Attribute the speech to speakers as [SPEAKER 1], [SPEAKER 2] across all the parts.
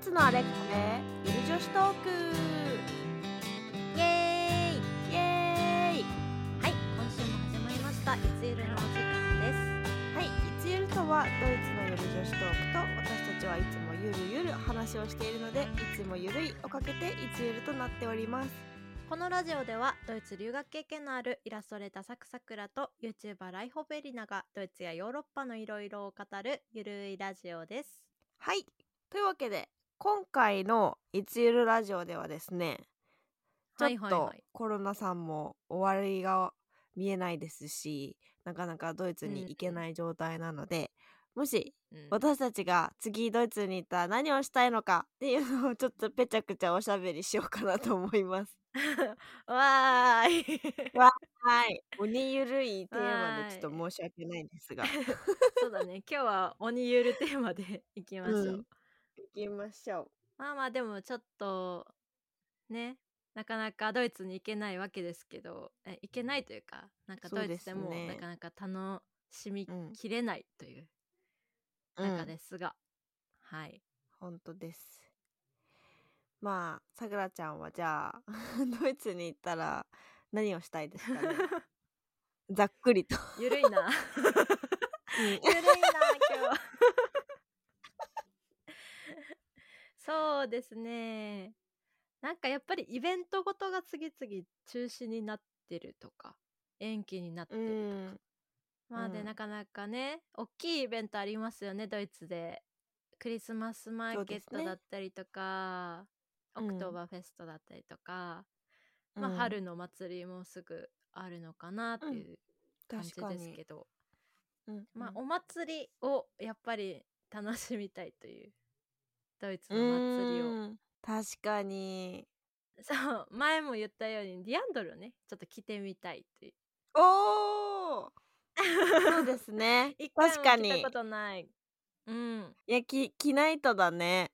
[SPEAKER 1] ツのアレクサでゆる女子トークイエーイイエーイ
[SPEAKER 2] はい、今週も始まりました。いつゆるのお時間です。
[SPEAKER 1] はい、いつゆるとはドイツのゆる女子トークと私たちはいつもゆるゆる話をしているのでいつもゆるいをかけていつゆるとなっております
[SPEAKER 2] このラジオではドイツ留学経験のあるイラストレーターサクサクラと YouTuber ライホベリナがドイツやヨーロッパのいろいろを語るゆるいラジオです。
[SPEAKER 1] はい、というわけで今回のいつゆるラジオではですねちょ
[SPEAKER 2] はい
[SPEAKER 1] っ
[SPEAKER 2] はいは
[SPEAKER 1] と
[SPEAKER 2] い
[SPEAKER 1] コロナさんも終わりが見えないですしなかなかドイツに行けない状態なので、もし
[SPEAKER 2] うん
[SPEAKER 1] 私たちが次ドイツに行ったら何をしたいのかっていうのをちょっとぺちゃくちゃおしゃべりしようかなと思います。
[SPEAKER 2] わーい
[SPEAKER 1] はい、鬼ゆるいテーマでちょっと申し訳ないんですが行
[SPEAKER 2] そうだね、今日は鬼ゆるテーマでいきましょう。
[SPEAKER 1] うんきましょう。
[SPEAKER 2] まあまあでもちょっとね、なかなかドイツに行けないわけですけど、え行けないというか、なんかド
[SPEAKER 1] そう
[SPEAKER 2] イ
[SPEAKER 1] で
[SPEAKER 2] ツ
[SPEAKER 1] す
[SPEAKER 2] でも
[SPEAKER 1] ね
[SPEAKER 2] なかなか楽しみ
[SPEAKER 1] うん
[SPEAKER 2] きれないという
[SPEAKER 1] う
[SPEAKER 2] 中
[SPEAKER 1] ん
[SPEAKER 2] ですが、はい
[SPEAKER 1] 本当ですまあさくらちゃんはじゃあ ドイツに行ったら何をしたいです かねざっくりと、
[SPEAKER 2] ゆるいな ゆるいな今日そうですねなんかやっぱりイベントごとが次々中止になってるとか延期になって
[SPEAKER 1] う
[SPEAKER 2] るとか、
[SPEAKER 1] ん、
[SPEAKER 2] まあで、
[SPEAKER 1] うん
[SPEAKER 2] なかなかね大きいイベントありますよねドイツでクリスマスマーケッ
[SPEAKER 1] そうです
[SPEAKER 2] ト
[SPEAKER 1] ね
[SPEAKER 2] だったりとか、
[SPEAKER 1] うん
[SPEAKER 2] オクトーバーフェストだったりとか、まあ
[SPEAKER 1] うん
[SPEAKER 2] 春の祭りもすぐあるのかなっていう感じ
[SPEAKER 1] 確か
[SPEAKER 2] です
[SPEAKER 1] に
[SPEAKER 2] け、ど、
[SPEAKER 1] うん
[SPEAKER 2] まあ
[SPEAKER 1] うん
[SPEAKER 2] お祭りをやっぱり楽しみたいというドイツの祭り
[SPEAKER 1] う
[SPEAKER 2] を
[SPEAKER 1] ん確かに
[SPEAKER 2] そう前も言ったようにディアンドルをねちょっと着てみたいという
[SPEAKER 1] おー そうですね
[SPEAKER 2] 一回
[SPEAKER 1] 確か
[SPEAKER 2] も
[SPEAKER 1] に
[SPEAKER 2] 着たこ
[SPEAKER 1] い
[SPEAKER 2] とないうん
[SPEAKER 1] やき着ないとだね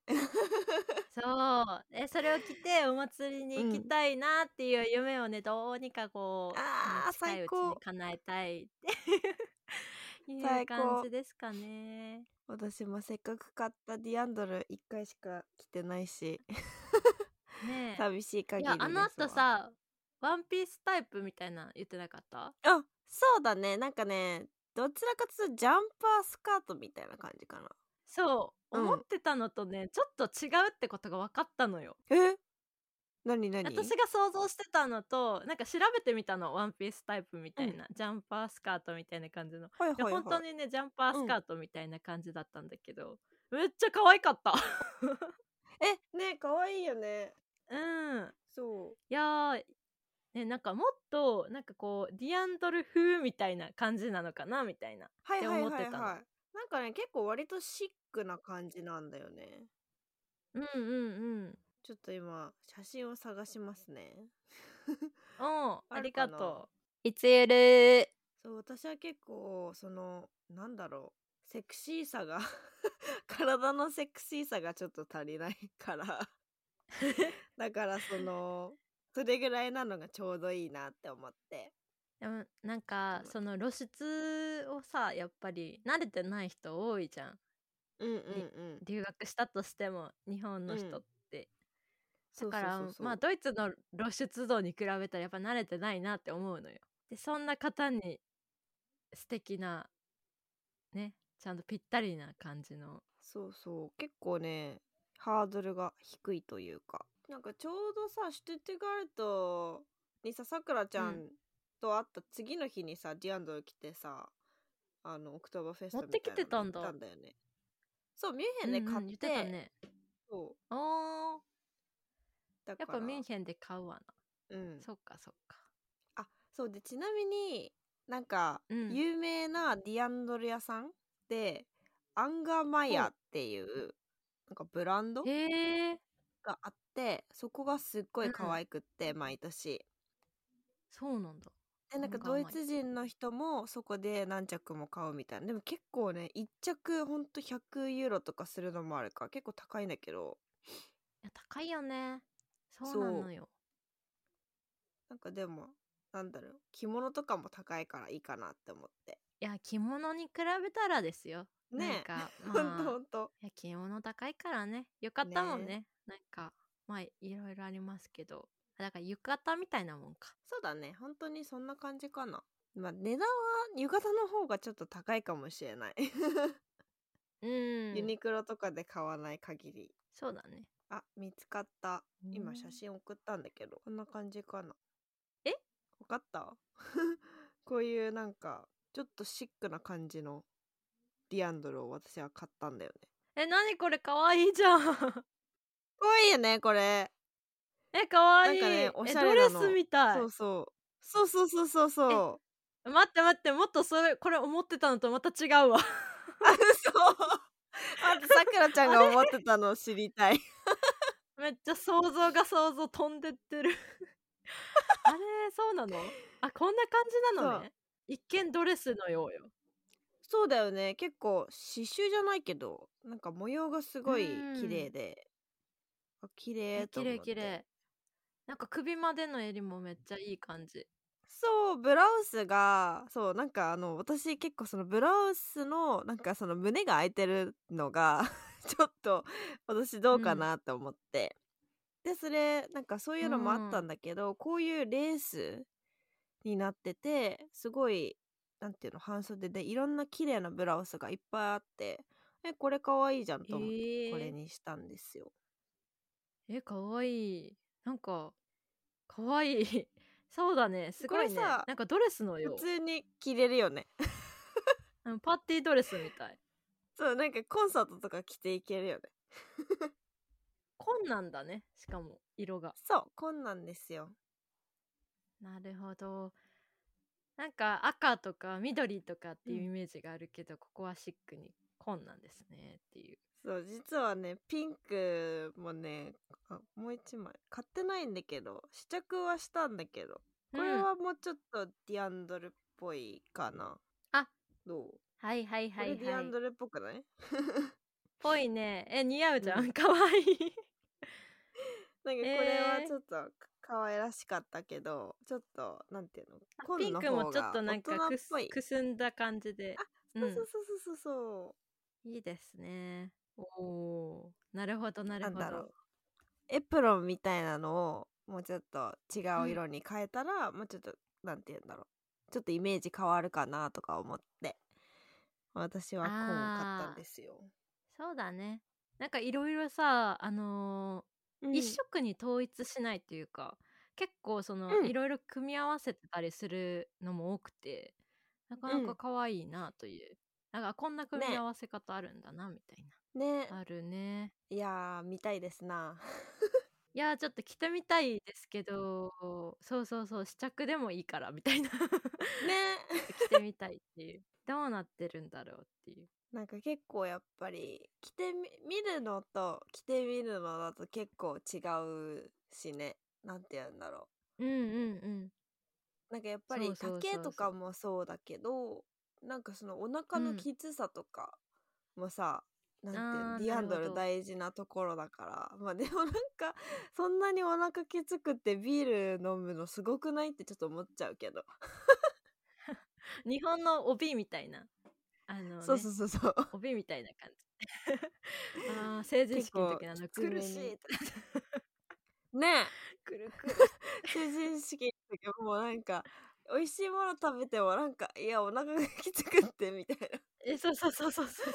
[SPEAKER 2] そうえそれを着てお祭りに行きたいなっていう夢をね、どうにかこう
[SPEAKER 1] あー
[SPEAKER 2] ね近いうち
[SPEAKER 1] 最
[SPEAKER 2] に
[SPEAKER 1] 高
[SPEAKER 2] 叶えたいって いうい
[SPEAKER 1] 最
[SPEAKER 2] う
[SPEAKER 1] 高
[SPEAKER 2] 感じですかね
[SPEAKER 1] 私もせっかく買ったディアンドル一回しか着てないし
[SPEAKER 2] ねえ
[SPEAKER 1] 寂しい限
[SPEAKER 2] い
[SPEAKER 1] りで
[SPEAKER 2] や
[SPEAKER 1] すわ
[SPEAKER 2] あの後さワンピースタイプみたいなの言ってなかった
[SPEAKER 1] あそうだねなんかねどちらかというとジャンパースカートみたいな感じかな
[SPEAKER 2] そう
[SPEAKER 1] うん
[SPEAKER 2] 思ってたのとね、ちょっと違うってことが分かったのよ
[SPEAKER 1] え何何
[SPEAKER 2] 私が想像してたのとなんか調べてみたのワンピースタイプみたいな、ジャンパースカートみたいな感じの
[SPEAKER 1] はい
[SPEAKER 2] いや
[SPEAKER 1] はいはい
[SPEAKER 2] 本当にねジャンパー
[SPEAKER 1] うん
[SPEAKER 2] スカートみたいな感じだったんだけど、めっちゃ可愛かった
[SPEAKER 1] えね可愛いよね
[SPEAKER 2] うん
[SPEAKER 1] そ
[SPEAKER 2] いやーねなんかもっとなんかこうディアンドル風みたいな感じなのかなみたいな
[SPEAKER 1] うはいはいはいは
[SPEAKER 2] って
[SPEAKER 1] い
[SPEAKER 2] 思ってたの
[SPEAKER 1] なんかね結構割とシックな感じなんだよね
[SPEAKER 2] うんうんうん
[SPEAKER 1] ちょっと今写真を探しますね
[SPEAKER 2] うんあ
[SPEAKER 1] ある
[SPEAKER 2] り
[SPEAKER 1] かな
[SPEAKER 2] がとういつゆる
[SPEAKER 1] そう私は結構そのなんだろうセクシーさが 体のセクシーさがちょっと足りないから だからそのそれぐらいなのがちょうどいいなって思って
[SPEAKER 2] でもなんかその露出をさやっぱり慣れてない人多いじゃん
[SPEAKER 1] うんうんうん
[SPEAKER 2] 留学したとしても日本の人って、
[SPEAKER 1] そう
[SPEAKER 2] だから
[SPEAKER 1] そうそうそう
[SPEAKER 2] まあドイツの露出度に比べたらやっぱ慣れてないなって思うのよ。でそんな方に素敵なねちゃんとぴったりな感じの
[SPEAKER 1] そうそう結構ねハードルが低いというかなんかちょうどさシュトゥッテガルトにささくらちゃ
[SPEAKER 2] うん
[SPEAKER 1] と会った次の日にさ、ディアンドル来てさあのオクトーバーフェスト
[SPEAKER 2] 持ってきてたんだ
[SPEAKER 1] みいなの行ったんだよねそうミュンヘンで
[SPEAKER 2] うんうん
[SPEAKER 1] 買っ,、
[SPEAKER 2] 言ってたね
[SPEAKER 1] そう
[SPEAKER 2] おー
[SPEAKER 1] だか
[SPEAKER 2] や
[SPEAKER 1] ら
[SPEAKER 2] っぱミュンヘンで買うわ
[SPEAKER 1] うん
[SPEAKER 2] なそっかそっか
[SPEAKER 1] あそうでちなみになんか、
[SPEAKER 2] うん
[SPEAKER 1] 有名なディアンドル屋さんでアンガーマイヤーっていうなんかブランド
[SPEAKER 2] へえ
[SPEAKER 1] があってそこがすっご
[SPEAKER 2] う
[SPEAKER 1] い
[SPEAKER 2] ん
[SPEAKER 1] 可愛くって、毎年
[SPEAKER 2] そうなんだ
[SPEAKER 1] でなんか
[SPEAKER 2] アンガー
[SPEAKER 1] ド
[SPEAKER 2] マイ
[SPEAKER 1] イ
[SPEAKER 2] ヤー
[SPEAKER 1] ツ人の人もそこで何着も買うみたいなでも結構ね1着ほんと100ユーロとかするのもあるから結構高いんだけど
[SPEAKER 2] いや高いよねそ
[SPEAKER 1] そう
[SPEAKER 2] うなのよ
[SPEAKER 1] なんかでもなんだろう着物とかも高いからいいかなって思って
[SPEAKER 2] いや着物に比べたらですよ
[SPEAKER 1] ねえ
[SPEAKER 2] なんか
[SPEAKER 1] ほ
[SPEAKER 2] ま
[SPEAKER 1] んと
[SPEAKER 2] あ
[SPEAKER 1] ほんと
[SPEAKER 2] いや着物高いからね浴衣もね
[SPEAKER 1] ね
[SPEAKER 2] なんかまあいろいろありますけどだから浴衣みたいなもんか
[SPEAKER 1] そうだね本当にそんな感じかなまあ値段は浴衣の方がちょっと高いかもしれない
[SPEAKER 2] うん
[SPEAKER 1] ユニクロとかで買わない限り
[SPEAKER 2] そうだね
[SPEAKER 1] あ見つかった
[SPEAKER 2] う
[SPEAKER 1] 今
[SPEAKER 2] ん
[SPEAKER 1] 写真送ったんだけどこんな感じかな
[SPEAKER 2] え
[SPEAKER 1] わかった こういうなんかちょっとシックな感じのディアンドルを私は買ったんだよね
[SPEAKER 2] え何これかわいいじゃん
[SPEAKER 1] かわいいよねこれ
[SPEAKER 2] えかわいい
[SPEAKER 1] なんかねおしゃれ
[SPEAKER 2] え
[SPEAKER 1] なの
[SPEAKER 2] ドレスみたい
[SPEAKER 1] そうそうそうそうそうそうそう
[SPEAKER 2] 待って待ってもっとそれこれ思ってたのとまた違うわ
[SPEAKER 1] あ嘘待ってさくらちゃんが思ってたのを知りたい
[SPEAKER 2] めっちゃ想像が想像飛んでってる あれそうなのあこんな感じなのね一見ドレスのようよ
[SPEAKER 1] そうだよね結構刺繍じゃないけどなんか模様がすごい綺麗であ綺麗
[SPEAKER 2] え
[SPEAKER 1] と
[SPEAKER 2] 綺
[SPEAKER 1] 思っ
[SPEAKER 2] 麗
[SPEAKER 1] て
[SPEAKER 2] 綺麗なんか首までの襟もめっちゃいい感じ
[SPEAKER 1] そうブラウスがそうなんかあの私結構そのブラウスのなんかその胸が開いてるのが ちょっと私どうかなと思って、でそれなんかそういうのもあったんだけど、こういうレースになっててすごいなんていうの半袖でいろんな綺麗なブラウスがいっぱいあってえこれ可愛いじゃんと思って
[SPEAKER 2] ええ
[SPEAKER 1] これにしたんですよ。
[SPEAKER 2] えかわいいなんかかわいい そうだねすごいね
[SPEAKER 1] これさ
[SPEAKER 2] なんかドレスのよ
[SPEAKER 1] 普通に着れるよね。
[SPEAKER 2] ううんパーティードレスみたい
[SPEAKER 1] そうなんかコンサートとか着ていけるよね。
[SPEAKER 2] こんなんだねしかも色が
[SPEAKER 1] そうこんなんですよ。
[SPEAKER 2] なるほどなんか赤とか緑とかっていうイメージがあるけど、ここはシックにこんなんですねっていう
[SPEAKER 1] そう実はねピンクもねあもう一枚買ってないんだけど試着はしたんだけどこれ
[SPEAKER 2] うん
[SPEAKER 1] はもうちょっとディアンドルっぽいかな、
[SPEAKER 2] あ
[SPEAKER 1] どうこ
[SPEAKER 2] はいはいは
[SPEAKER 1] れ
[SPEAKER 2] い
[SPEAKER 1] ディア
[SPEAKER 2] はい
[SPEAKER 1] ンドルっぽくない、
[SPEAKER 2] ぽいねえ似合うじゃ、
[SPEAKER 1] うん
[SPEAKER 2] かわいい
[SPEAKER 1] なんかこれ
[SPEAKER 2] えー
[SPEAKER 1] はちょっとか可愛らしかったけどちょっとなんていうの紺
[SPEAKER 2] ピン
[SPEAKER 1] の
[SPEAKER 2] クも
[SPEAKER 1] 方
[SPEAKER 2] ちょっと
[SPEAKER 1] が
[SPEAKER 2] なんか
[SPEAKER 1] 大人
[SPEAKER 2] く
[SPEAKER 1] っ
[SPEAKER 2] す
[SPEAKER 1] ぽい
[SPEAKER 2] くすんだ感じでう
[SPEAKER 1] そうそ
[SPEAKER 2] ん
[SPEAKER 1] うそうそうそう
[SPEAKER 2] いいですねおおーなるほどなる
[SPEAKER 1] なん
[SPEAKER 2] ほど
[SPEAKER 1] だろうエプロンみたいなのをもうちょっと違う色に変えたら、もうちょっとなんて言うんだろうちょっとイメージ変わるかなとか思って私はコーンを買ったんですよ、
[SPEAKER 2] そうだねなんかいろいろさあのー一色に統一しないというか結構その
[SPEAKER 1] うん
[SPEAKER 2] いろいろ組み合わせてたりするのも多くてなかな
[SPEAKER 1] う
[SPEAKER 2] か
[SPEAKER 1] ん
[SPEAKER 2] 可愛いなという、なんかこんな組み
[SPEAKER 1] ね
[SPEAKER 2] 合わせ方あるんだなみたい
[SPEAKER 1] ね
[SPEAKER 2] な、あるね
[SPEAKER 1] いやー見たいですない
[SPEAKER 2] やーちょっと着てみたいですけどそうそうそう試着でもいいからみたいな
[SPEAKER 1] ね
[SPEAKER 2] 着てみたいっていうどうなってるんだろうっていう
[SPEAKER 1] なんか結構やっぱり着てみ見るのと着てみるのだと結構違うしねなんて言うんだろう
[SPEAKER 2] うんうんうん
[SPEAKER 1] なんかやっぱり
[SPEAKER 2] そうそうそうそう
[SPEAKER 1] 丈とかもそうだけどなんかそのお腹
[SPEAKER 2] う
[SPEAKER 1] の
[SPEAKER 2] ん
[SPEAKER 1] きつさとかもさ、
[SPEAKER 2] あ
[SPEAKER 1] なん
[SPEAKER 2] ー
[SPEAKER 1] ていうのディアンド
[SPEAKER 2] なるほ
[SPEAKER 1] ル
[SPEAKER 2] ど
[SPEAKER 1] 大事なところだからまあでもなんか そんなにお腹きつくってビール飲むのすごくないってちょっと思っちゃうけど、
[SPEAKER 2] 日本の帯みたいなあの、ね、
[SPEAKER 1] そうそうそう そう
[SPEAKER 2] 帯みたいな感じ ああ成人式の時のあの
[SPEAKER 1] 結構
[SPEAKER 2] く
[SPEAKER 1] 苦
[SPEAKER 2] るめ
[SPEAKER 1] し
[SPEAKER 2] に
[SPEAKER 1] い ね
[SPEAKER 2] くるくる
[SPEAKER 1] え成人式の時もうなんか美味しいもの食べてもなんかいやお腹がきつくってみたいな
[SPEAKER 2] えそうそうそうそうそう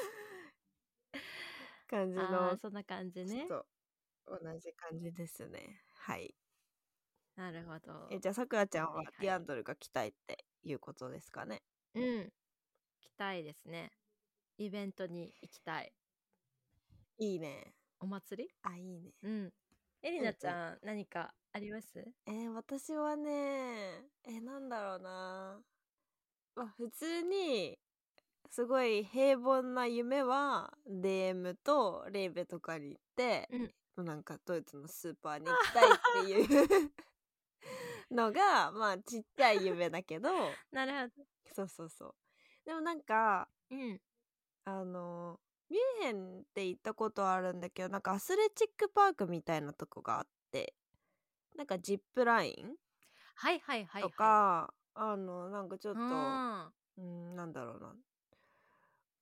[SPEAKER 1] 感じ
[SPEAKER 2] あ
[SPEAKER 1] の
[SPEAKER 2] ーそんな感じ
[SPEAKER 1] ちょ
[SPEAKER 2] ね
[SPEAKER 1] っと同じ感じですね。はい。
[SPEAKER 2] なるほど
[SPEAKER 1] えじゃあさくらちゃん
[SPEAKER 2] は
[SPEAKER 1] はい
[SPEAKER 2] はい
[SPEAKER 1] ディアンドルが着たいっていうことですかね。
[SPEAKER 2] うん着たいですねイベントに行きたい
[SPEAKER 1] いいね。
[SPEAKER 2] お祭り
[SPEAKER 1] あいいね。
[SPEAKER 2] うんエリ
[SPEAKER 1] うんう
[SPEAKER 2] ナ
[SPEAKER 1] ん
[SPEAKER 2] ちゃん、何かあります
[SPEAKER 1] えー私はねえなんだろうな。まあ普通にすごい平凡な夢は DM とレーベとかに行って、
[SPEAKER 2] うん
[SPEAKER 1] もうなんかドイツのスーパーに行きたいって いうのがまあちっちゃい夢だけど
[SPEAKER 2] なるほ
[SPEAKER 1] そうそうそう。でもなんか
[SPEAKER 2] どうん
[SPEAKER 1] あのミュンヘンって行ったことあるんだけどなんかアスレチックパークみたいなとこがあってなんかジップライン
[SPEAKER 2] はいはいはいは
[SPEAKER 1] と
[SPEAKER 2] い
[SPEAKER 1] か、あのなんかちょっと
[SPEAKER 2] うん
[SPEAKER 1] うんなんだろうな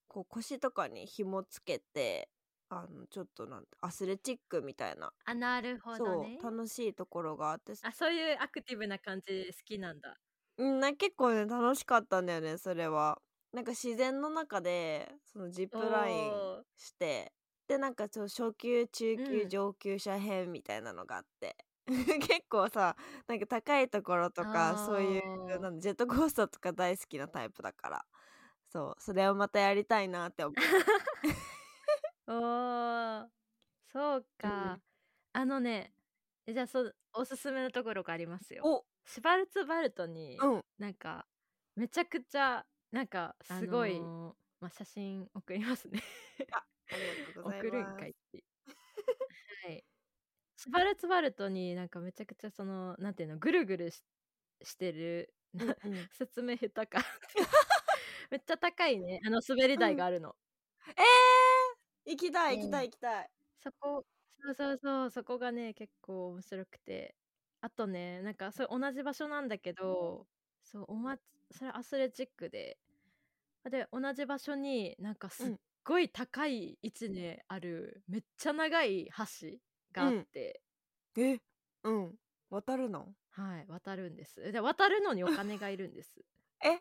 [SPEAKER 1] こう腰とかに紐つけてあのちょっとなんてアスレチックみたいな、
[SPEAKER 2] あなるほど
[SPEAKER 1] そ
[SPEAKER 2] ね
[SPEAKER 1] う楽しいところがあって
[SPEAKER 2] あそういうアクティブな感じ好きなんだ
[SPEAKER 1] うんな結構ね楽しかったんだよねそれは。なんか自然の中でそのジップライン
[SPEAKER 2] おー
[SPEAKER 1] してでなんかそう初級中
[SPEAKER 2] う
[SPEAKER 1] 級
[SPEAKER 2] ん
[SPEAKER 1] 上級者編みたいなのがあって、 結構さなんか高いところと
[SPEAKER 2] あ
[SPEAKER 1] か
[SPEAKER 2] ー
[SPEAKER 1] そういうなんだジェットコースターとか大好きなタイプだからそうそれをまたやりたいなっ て思う
[SPEAKER 2] おーそうか、あのねえじゃあそうおすすめのところがありますよ
[SPEAKER 1] お
[SPEAKER 2] シュバルツバルトに、
[SPEAKER 1] うん
[SPEAKER 2] なんかめちゃくちゃなんかすごい、
[SPEAKER 1] あ
[SPEAKER 2] まあ、写真送りますね
[SPEAKER 1] ありがとうござい
[SPEAKER 2] 送る
[SPEAKER 1] ます
[SPEAKER 2] んかいって。はい。スバルツバルトになんかめちゃくちゃそのなんていうのぐるぐるししてるな
[SPEAKER 1] うんうん
[SPEAKER 2] 説明下手か めっちゃ高いねあの滑り台があるの、
[SPEAKER 1] えー、行きたい行きたい行きたい、
[SPEAKER 2] そこそうそうそうそこがね結構面白くてあとねなんかそれ同じ場所なんだけどそうおまそれアスレチックでで同じ場所になんかすっごい高い位置にある、めっちゃ長い橋があって、
[SPEAKER 1] えうん渡るの
[SPEAKER 2] はい渡るんですで渡るのにお金がいるんです
[SPEAKER 1] え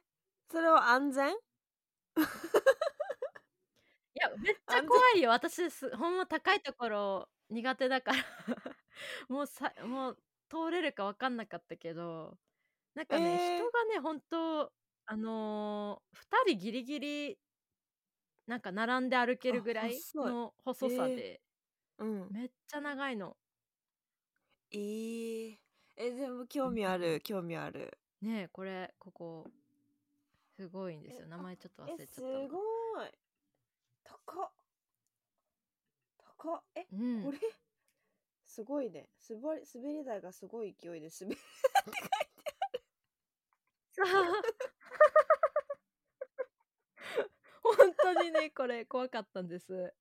[SPEAKER 1] それは安全
[SPEAKER 2] いやめっちゃ怖いよ私すほんま高いところ苦手だから もうさもう通れるか分かんなかったけどなんかね、
[SPEAKER 1] えー
[SPEAKER 2] 人がね本当あのー、2人ギリギリなんか並んで歩けるぐら
[SPEAKER 1] あ
[SPEAKER 2] い
[SPEAKER 1] 細い
[SPEAKER 2] の細さ
[SPEAKER 1] えー
[SPEAKER 2] で、
[SPEAKER 1] うん
[SPEAKER 2] めっちゃ長いの
[SPEAKER 1] えー、え全部興味ある、 興味ある
[SPEAKER 2] ねえこれここすごいんですよ
[SPEAKER 1] え
[SPEAKER 2] 名前ちょっと忘
[SPEAKER 1] え
[SPEAKER 2] れち
[SPEAKER 1] す
[SPEAKER 2] ゃっ
[SPEAKER 1] ご
[SPEAKER 2] た
[SPEAKER 1] い
[SPEAKER 2] な
[SPEAKER 1] 高っ高っえ、
[SPEAKER 2] うん
[SPEAKER 1] これすごいね滑り滑り台がすごい勢いで滑る
[SPEAKER 2] 本当にねこれ怖かったん です。で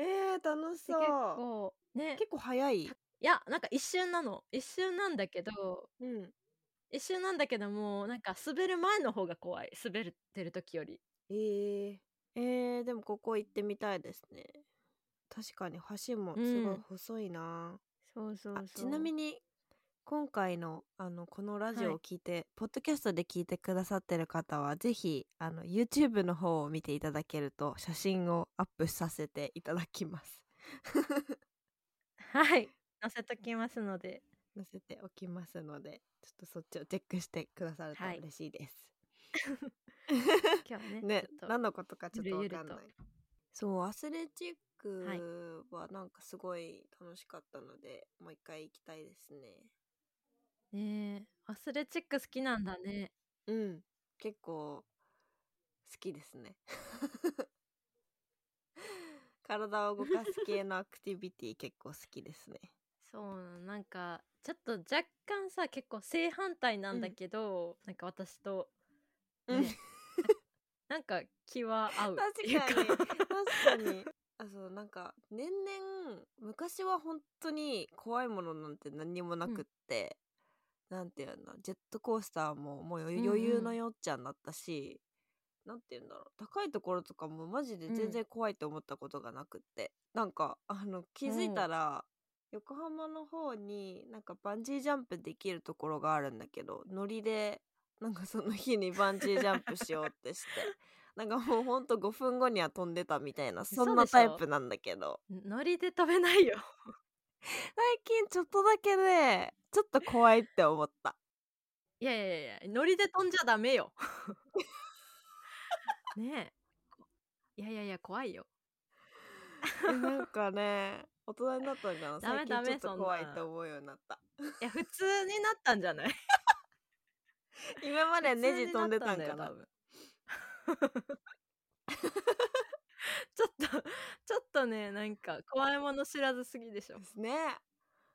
[SPEAKER 1] えー、楽し
[SPEAKER 2] 結
[SPEAKER 1] そう
[SPEAKER 2] 構ね
[SPEAKER 1] 結構早い
[SPEAKER 2] いやなんか一瞬なの一瞬なんだけど
[SPEAKER 1] うん
[SPEAKER 2] 一瞬なんだけどもなんか滑る前の方が怖い滑ってる時より。
[SPEAKER 1] えー、えー、でもここ行ってみたいですね確かに橋もすごい
[SPEAKER 2] うん
[SPEAKER 1] 細いな、
[SPEAKER 2] そうそ
[SPEAKER 1] あちなみ
[SPEAKER 2] に
[SPEAKER 1] に今回のあのこのラジ
[SPEAKER 2] は
[SPEAKER 1] オ
[SPEAKER 2] い
[SPEAKER 1] を聞いて、ポッドキャストで聞いてくださってる方はぜひあの YouTube の方を見ていただけると写真をアップさせていただきます。
[SPEAKER 2] はい載せときますので
[SPEAKER 1] 載せておきますのでちょっとそっちをチェックしてくださると
[SPEAKER 2] はい
[SPEAKER 1] 嬉しいです。
[SPEAKER 2] 今日は ね
[SPEAKER 1] ね
[SPEAKER 2] ちょっと
[SPEAKER 1] 何のことかちょっとわ
[SPEAKER 2] ゆるゆ
[SPEAKER 1] か
[SPEAKER 2] る
[SPEAKER 1] んな
[SPEAKER 2] と
[SPEAKER 1] い。そうアスレチックはなんかすごい楽しかったので、もう一回行きたいですね。
[SPEAKER 2] ねえアスレチック好きなんだね。
[SPEAKER 1] うん結構好きですね 体を動かす系のアクティビティ結構好きですね
[SPEAKER 2] そうなのなんかちょっと若干さ結構正反対なんだけど、なんか私と、
[SPEAKER 1] うん
[SPEAKER 2] ね なんか気は合うっていう
[SPEAKER 1] 確かに確かにあそうなんか年々昔は本当に怖いものなんて何にもなくって、なんていうのジェットコースターももう余
[SPEAKER 2] うんうん
[SPEAKER 1] 余裕のよっちゃんだったし、なんていうんだろう高いところとかもマジで全然怖いと思ったことがなくって、なんかあの気づいたら、横浜の方になんかバンジージャンプできるところがあるんだけどノリでなんかその日にバンジージャンプしようってしてなんかもうほんと5分後には飛んでたみたいなそんなタイプなんだけど
[SPEAKER 2] ノリで飛べないよ
[SPEAKER 1] 最近ちょっとだけねちょっと怖いって思った
[SPEAKER 2] いやいやいやノリで飛んじゃダメよ ねえいやいやいや怖いよ
[SPEAKER 1] えなんかね大人になったんかな
[SPEAKER 2] ダメ
[SPEAKER 1] 最
[SPEAKER 2] ダ
[SPEAKER 1] 近
[SPEAKER 2] メ
[SPEAKER 1] ちょっと怖い
[SPEAKER 2] そんな
[SPEAKER 1] と思うようになった
[SPEAKER 2] いや普通になったんじゃない
[SPEAKER 1] 今までネジ飛んでたん
[SPEAKER 2] 普通
[SPEAKER 1] か
[SPEAKER 2] に
[SPEAKER 1] な
[SPEAKER 2] なったんだよ多分 ちょっとちょっとねなんか怖いもの知らずすぎでしょ
[SPEAKER 1] ですね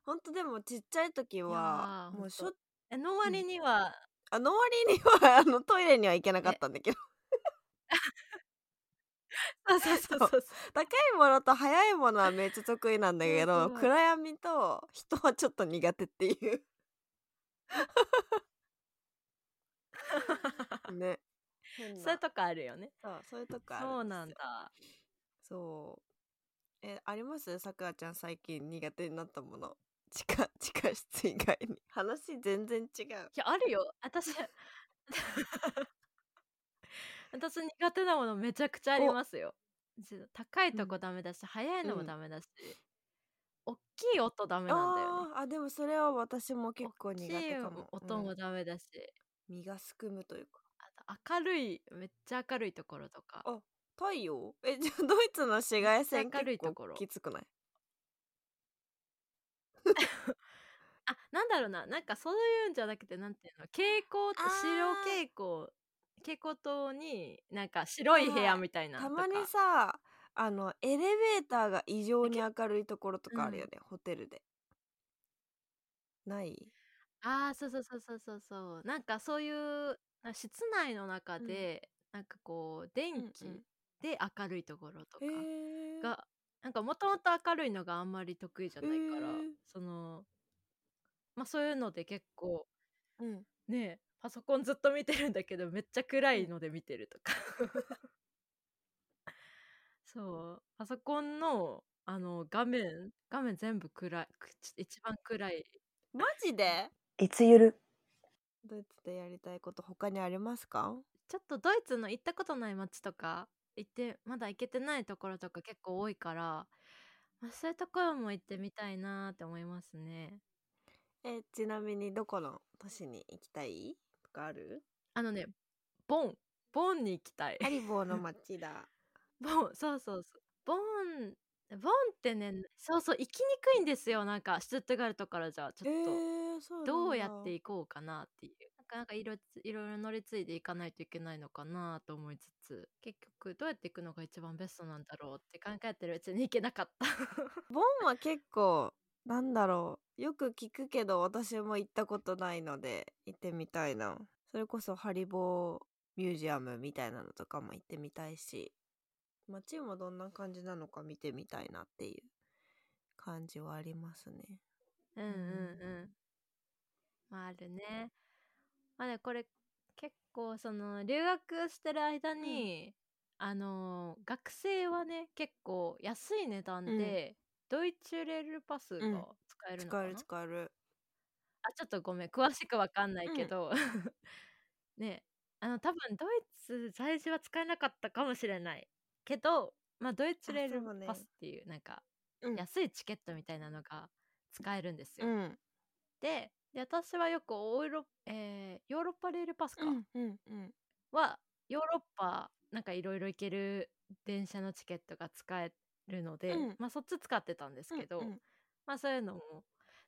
[SPEAKER 1] ほんとでもちっちゃい時はい
[SPEAKER 2] やー
[SPEAKER 1] もうしょっ
[SPEAKER 2] えの割には、
[SPEAKER 1] あの割にはあのトイレには行けなかったんだけど
[SPEAKER 2] あそう そうそうそう
[SPEAKER 1] 高いものと速いものはめっちゃ得意なんだけ
[SPEAKER 2] うん
[SPEAKER 1] ど
[SPEAKER 2] すごい
[SPEAKER 1] 暗闇と人はちょっと苦手って いうね変
[SPEAKER 2] そう
[SPEAKER 1] な
[SPEAKER 2] いうとこあるよね
[SPEAKER 1] そうそういうとこある
[SPEAKER 2] そうなん
[SPEAKER 1] ですよ
[SPEAKER 2] だ
[SPEAKER 1] そうえありますさくらちゃん最近苦手になったもの地下 地下室以外に話全然違う
[SPEAKER 2] いやあるよ 私私苦手なものめちゃくちゃありますよちょ高いとこダメだし、速いのもダメだし、大きい音ダメなんだよね
[SPEAKER 1] あーあでもそれは私も結構苦
[SPEAKER 2] 大きい
[SPEAKER 1] 手かも
[SPEAKER 2] 音
[SPEAKER 1] う
[SPEAKER 2] も
[SPEAKER 1] ん
[SPEAKER 2] ダメだし、
[SPEAKER 1] 身がすくむというか
[SPEAKER 2] あと明るいめっちゃ明るいところとか
[SPEAKER 1] あ太陽えじゃあドイツの紫外線
[SPEAKER 2] めっちゃ明るい
[SPEAKER 1] 結
[SPEAKER 2] ところ
[SPEAKER 1] 構きつくない
[SPEAKER 2] あなんだろうななんかそういうんじゃなくてなんていうの蛍光
[SPEAKER 1] あー
[SPEAKER 2] 白蛍光蛍光灯になんか白い部屋みたいな
[SPEAKER 1] た
[SPEAKER 2] のと
[SPEAKER 1] ま
[SPEAKER 2] か
[SPEAKER 1] にさあのエレベーターが異常に明るいところとかあるよね、ホテルでない
[SPEAKER 2] ああそうそうそうそうそうそうなんかそういうなんか室内の中
[SPEAKER 1] うん
[SPEAKER 2] で、なんかこう電気
[SPEAKER 1] うん
[SPEAKER 2] で明るいところとか
[SPEAKER 1] へー
[SPEAKER 2] が、なんかもともと明るいのがあんまり得意じゃないから、
[SPEAKER 1] へー
[SPEAKER 2] そのまあそういうので結構
[SPEAKER 1] うん
[SPEAKER 2] ねえパソコンずっと見てるんだけどめっちゃ暗いので見てるとか そうパソコンのあの画面画面全部暗いくち一番暗い
[SPEAKER 1] マジで
[SPEAKER 3] いつゆる
[SPEAKER 1] ドイツでやりたいこと他にありますか
[SPEAKER 2] ちょっとドイツの行ったことない街とか行ってまだ行けてないところとか結構多いから、まあ、そういうところも行ってみたいなって思いますね
[SPEAKER 1] えちなみにどこの都市に行きたいとかある
[SPEAKER 2] あのねボンボンに行きたい
[SPEAKER 1] ハリボーの町だ
[SPEAKER 2] ボンそうそうそうボンボンってねそうそう行きにくいんですよなんかシュツットガルトからじゃあちょっと、
[SPEAKER 1] えーそうなんだ
[SPEAKER 2] どうやって行こうかなっていうなんかなんかいろいろいろ乗り継いでいかないといけないのかなと思いつつ結局どうやって行くのが一番ベストなんだろうって考えてるうちに行けなかった
[SPEAKER 1] ボンは結構なんだろうよく聞くけど私も行ったことないので行ってみたいなそれこそハリボーミュージアムみたいなのとかも行ってみたいし街もどんな感じなのか見てみたいなっていう感じはありますね
[SPEAKER 2] うんうんうんまああるねまあねこれ結構その留学してる間に、あのー学生はね結構安い値段で、ドイツレールパスが
[SPEAKER 1] うん
[SPEAKER 2] 使えるの
[SPEAKER 1] 使
[SPEAKER 2] かな、
[SPEAKER 1] える使える
[SPEAKER 2] あちょっとごめん詳しくわかんないけど、 ねあの多分ドイツ在住は使えなかったかもしれないけどまあドイツレー
[SPEAKER 1] あそう
[SPEAKER 2] ル
[SPEAKER 1] ね
[SPEAKER 2] パスっていうなんか
[SPEAKER 1] うん
[SPEAKER 2] 安いチケットみたいなのが使えるんですよ、
[SPEAKER 1] うん
[SPEAKER 2] でで私はよくオーロ、えーヨーロッパレールパスか、
[SPEAKER 1] うんうんうん
[SPEAKER 2] はヨーロッパなんかいろいろ行ける電車のチケットが使えるので、
[SPEAKER 1] うん
[SPEAKER 2] まあそっち使ってたんですけど、
[SPEAKER 1] うんうん
[SPEAKER 2] まあそういうのも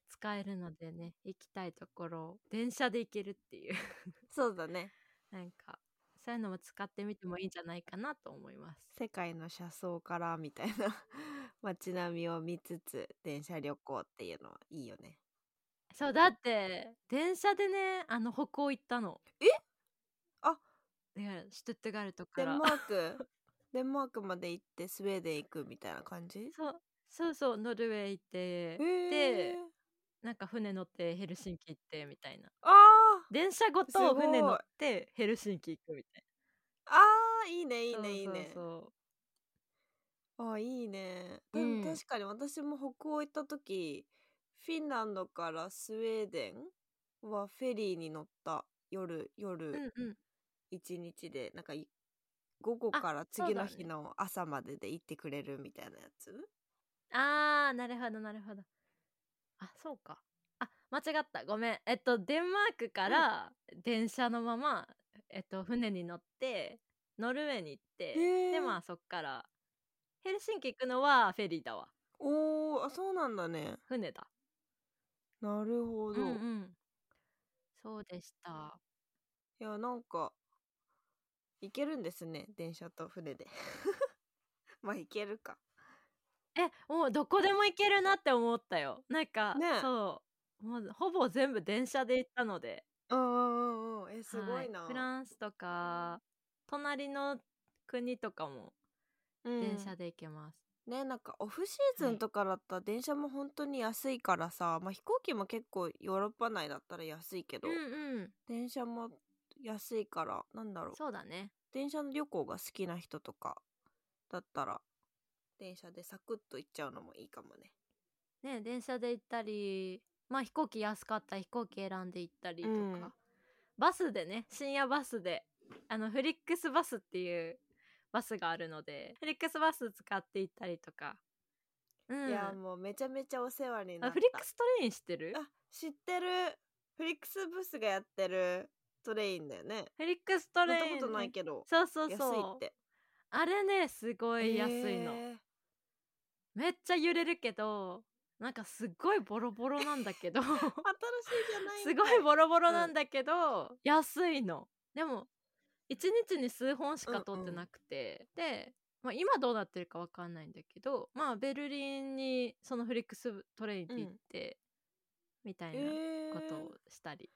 [SPEAKER 2] 使えるのでね行きたいところ電車で行けるっていう
[SPEAKER 1] そうだね
[SPEAKER 2] なんかそういうのも使ってみてもいいんじゃないかなと思います
[SPEAKER 1] 世界の車窓からみたいな 街並みを見つつ電車旅行っていうのはいいよね
[SPEAKER 2] そうだって電車でねあの北欧行ったの
[SPEAKER 1] えあ
[SPEAKER 2] だからシュトゥットガルトか
[SPEAKER 1] デ
[SPEAKER 2] ら
[SPEAKER 1] ンマークデンマークまで行ってスウェーデン行くみたいな感じ
[SPEAKER 2] そうそうそうノルウェー行って
[SPEAKER 1] へー
[SPEAKER 2] なんか船乗ってヘルシンキ行ってみたいな
[SPEAKER 1] あー
[SPEAKER 2] 電車ご
[SPEAKER 1] すご
[SPEAKER 2] と
[SPEAKER 1] い
[SPEAKER 2] 船乗ってヘルシンキ行くみたい
[SPEAKER 1] あーいいねいい
[SPEAKER 2] な
[SPEAKER 1] ねいいね
[SPEAKER 2] そうそう
[SPEAKER 1] あーいいね
[SPEAKER 2] う
[SPEAKER 1] で
[SPEAKER 2] ん
[SPEAKER 1] も確かに私も北欧行った時フィンランドからスウェーデンはフェリーに乗った夜夜、
[SPEAKER 2] そううんうん
[SPEAKER 1] 一日でなんかい午後
[SPEAKER 2] あ
[SPEAKER 1] から
[SPEAKER 2] そう
[SPEAKER 1] 次
[SPEAKER 2] だ
[SPEAKER 1] の
[SPEAKER 2] ね
[SPEAKER 1] 日の朝までで行ってくれるみたいなやつ
[SPEAKER 2] あーなるほどなるほどあそうかあ間違ったごめんえっとデンマークから電車のまま、えっと船に乗ってノルウェーに行って、
[SPEAKER 1] へー
[SPEAKER 2] でまあそっからヘルシンキ行くのはフェリーだわ
[SPEAKER 1] おーあそうなんだね
[SPEAKER 2] 船だ
[SPEAKER 1] なるほど、
[SPEAKER 2] うんうんそうでした
[SPEAKER 1] いやなんか行けるんですね電車と船で まあ行けるか
[SPEAKER 2] えもうどこでも行けるなって思ったよなんか、
[SPEAKER 1] ねえ
[SPEAKER 2] そうもうほぼ全部電車で行ったので
[SPEAKER 1] うんうんうんうんえすご
[SPEAKER 2] はい
[SPEAKER 1] な、
[SPEAKER 2] フランスとか隣の国とかも
[SPEAKER 1] うん
[SPEAKER 2] 電車で行けます、
[SPEAKER 1] ねなんかオフシーズンとかだったら電車も本当に安いからさ、まあ飛行機も結構ヨーロッパ内だったら安いけど、
[SPEAKER 2] うんうん
[SPEAKER 1] 電車も安いからなんだろう
[SPEAKER 2] そうだね
[SPEAKER 1] 電車旅行が好きな人とかだったら電車でサクッと行っちゃうのもいいかもね。
[SPEAKER 2] ね電車で行ったりまあ飛行機安かったら飛行機選んで行ったりとか、
[SPEAKER 1] うん
[SPEAKER 2] バスでね深夜バスであのフリックスバスっていうバスがあるのでフリックスバス使って行ったりとか、うん、
[SPEAKER 1] いやもうめちゃめちゃお世話にな
[SPEAKER 2] あ
[SPEAKER 1] った。
[SPEAKER 2] フリックストレインしてる
[SPEAKER 1] あ知ってるフリックスブスがやってるトレインだよね。
[SPEAKER 2] フリックスト
[SPEAKER 1] 乗っ
[SPEAKER 2] レイ
[SPEAKER 1] た
[SPEAKER 2] ン
[SPEAKER 1] ことない
[SPEAKER 2] ど
[SPEAKER 1] けど
[SPEAKER 2] そうそう
[SPEAKER 1] 安い
[SPEAKER 2] そう
[SPEAKER 1] って。
[SPEAKER 2] あれねすごい安いの、
[SPEAKER 1] へ
[SPEAKER 2] めっちゃ揺れるけどなんかすっごいボロボロなんだ けど
[SPEAKER 1] ー新しいじゃない
[SPEAKER 2] す
[SPEAKER 1] んだ
[SPEAKER 2] ごいボロボロなんだけど、安いのでも1日に数本しか通ってなくて、で、まあ、今どうなってるかわかんないんだけどまあベルリンにそのフリックストレインで行って、みたいな
[SPEAKER 1] えー
[SPEAKER 2] ことをしたり、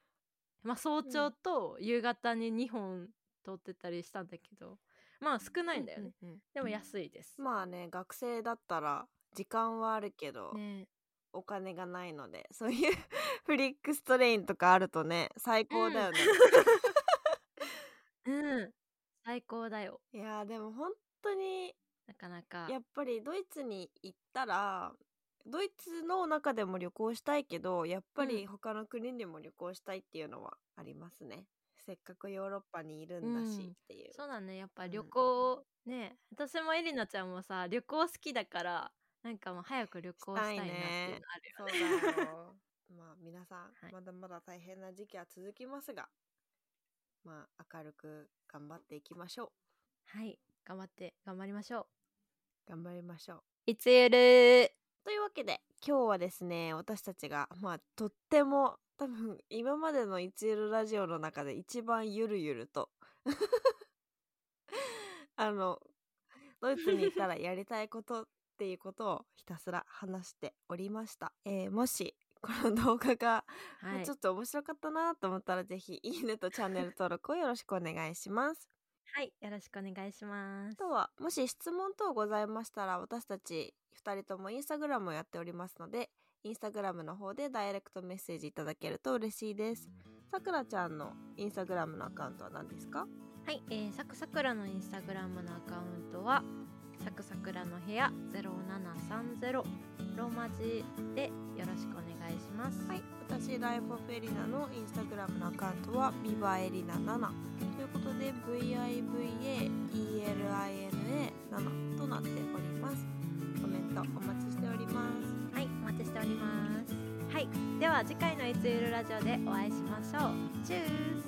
[SPEAKER 2] まあ早朝と夕方に2本通ってたりしたんだけどまあ少ないんだよね、
[SPEAKER 1] うんうんうん
[SPEAKER 2] でも安いです、
[SPEAKER 1] まあね学生だったら時間はあるけど、
[SPEAKER 2] ね
[SPEAKER 1] お金がないのでそういう フリックストレインとかあるとね最高だよね。
[SPEAKER 2] うん最高だよ
[SPEAKER 1] いやーでも本当に
[SPEAKER 2] なかなか
[SPEAKER 1] やっぱりドイツに行ったらドイツの中でも旅行したいけどやっぱり他の国にも旅行したいっていうのはありますね。せっかくヨーロッパにいるんだし
[SPEAKER 2] うん
[SPEAKER 1] っていう。
[SPEAKER 2] そうだねやっぱ
[SPEAKER 1] うん
[SPEAKER 2] 旅行、ね私もエリナちゃんもさ旅行好きだからなんかもう早く旅行したいなっていうのあるよ
[SPEAKER 1] そうだ よ。 まあ皆さん、
[SPEAKER 2] はい
[SPEAKER 1] まだまだ大変な時期は続きますが、まあ明るく頑張っていきましょ
[SPEAKER 2] はい頑張って頑張りましょ
[SPEAKER 1] う。頑張りましょう。
[SPEAKER 2] ういつゆる
[SPEAKER 1] というわけで今日はですね私たちがまあとっても多分今までの「いつゆるラジオ」の中で一番ゆるゆると あのドイツに行ったらやりたいことっていうことをひたすら話しておりました、えーもしこの動画がまあ
[SPEAKER 2] はい
[SPEAKER 1] ちょっと面白かったなと思ったらぜひいいねとチャンネル登録をよろしくお願いします
[SPEAKER 2] はいよろしくお願いします
[SPEAKER 1] あとはもし質問等ございましたら私たち2人ともインスタグラムをやっておりますのでインスタグラムの方でダイレクトメッセージいただけると嬉しいですさくらちゃんのインスタグラムのアカウントは何ですか
[SPEAKER 2] はい、えー、サクサクラのインスタグラムのアカウントはサクサクラの部屋0730ローマ字でよろしくお願いします
[SPEAKER 1] はい私ライフオフエリナのインスタグラムのアカウントはビバエリナ7ということで VIVAELINA7 となっておりますコメントお待ちしております
[SPEAKER 2] はい、お待ちしております。はい、では次回のいつゆるラジオでお会いしましょう。チュース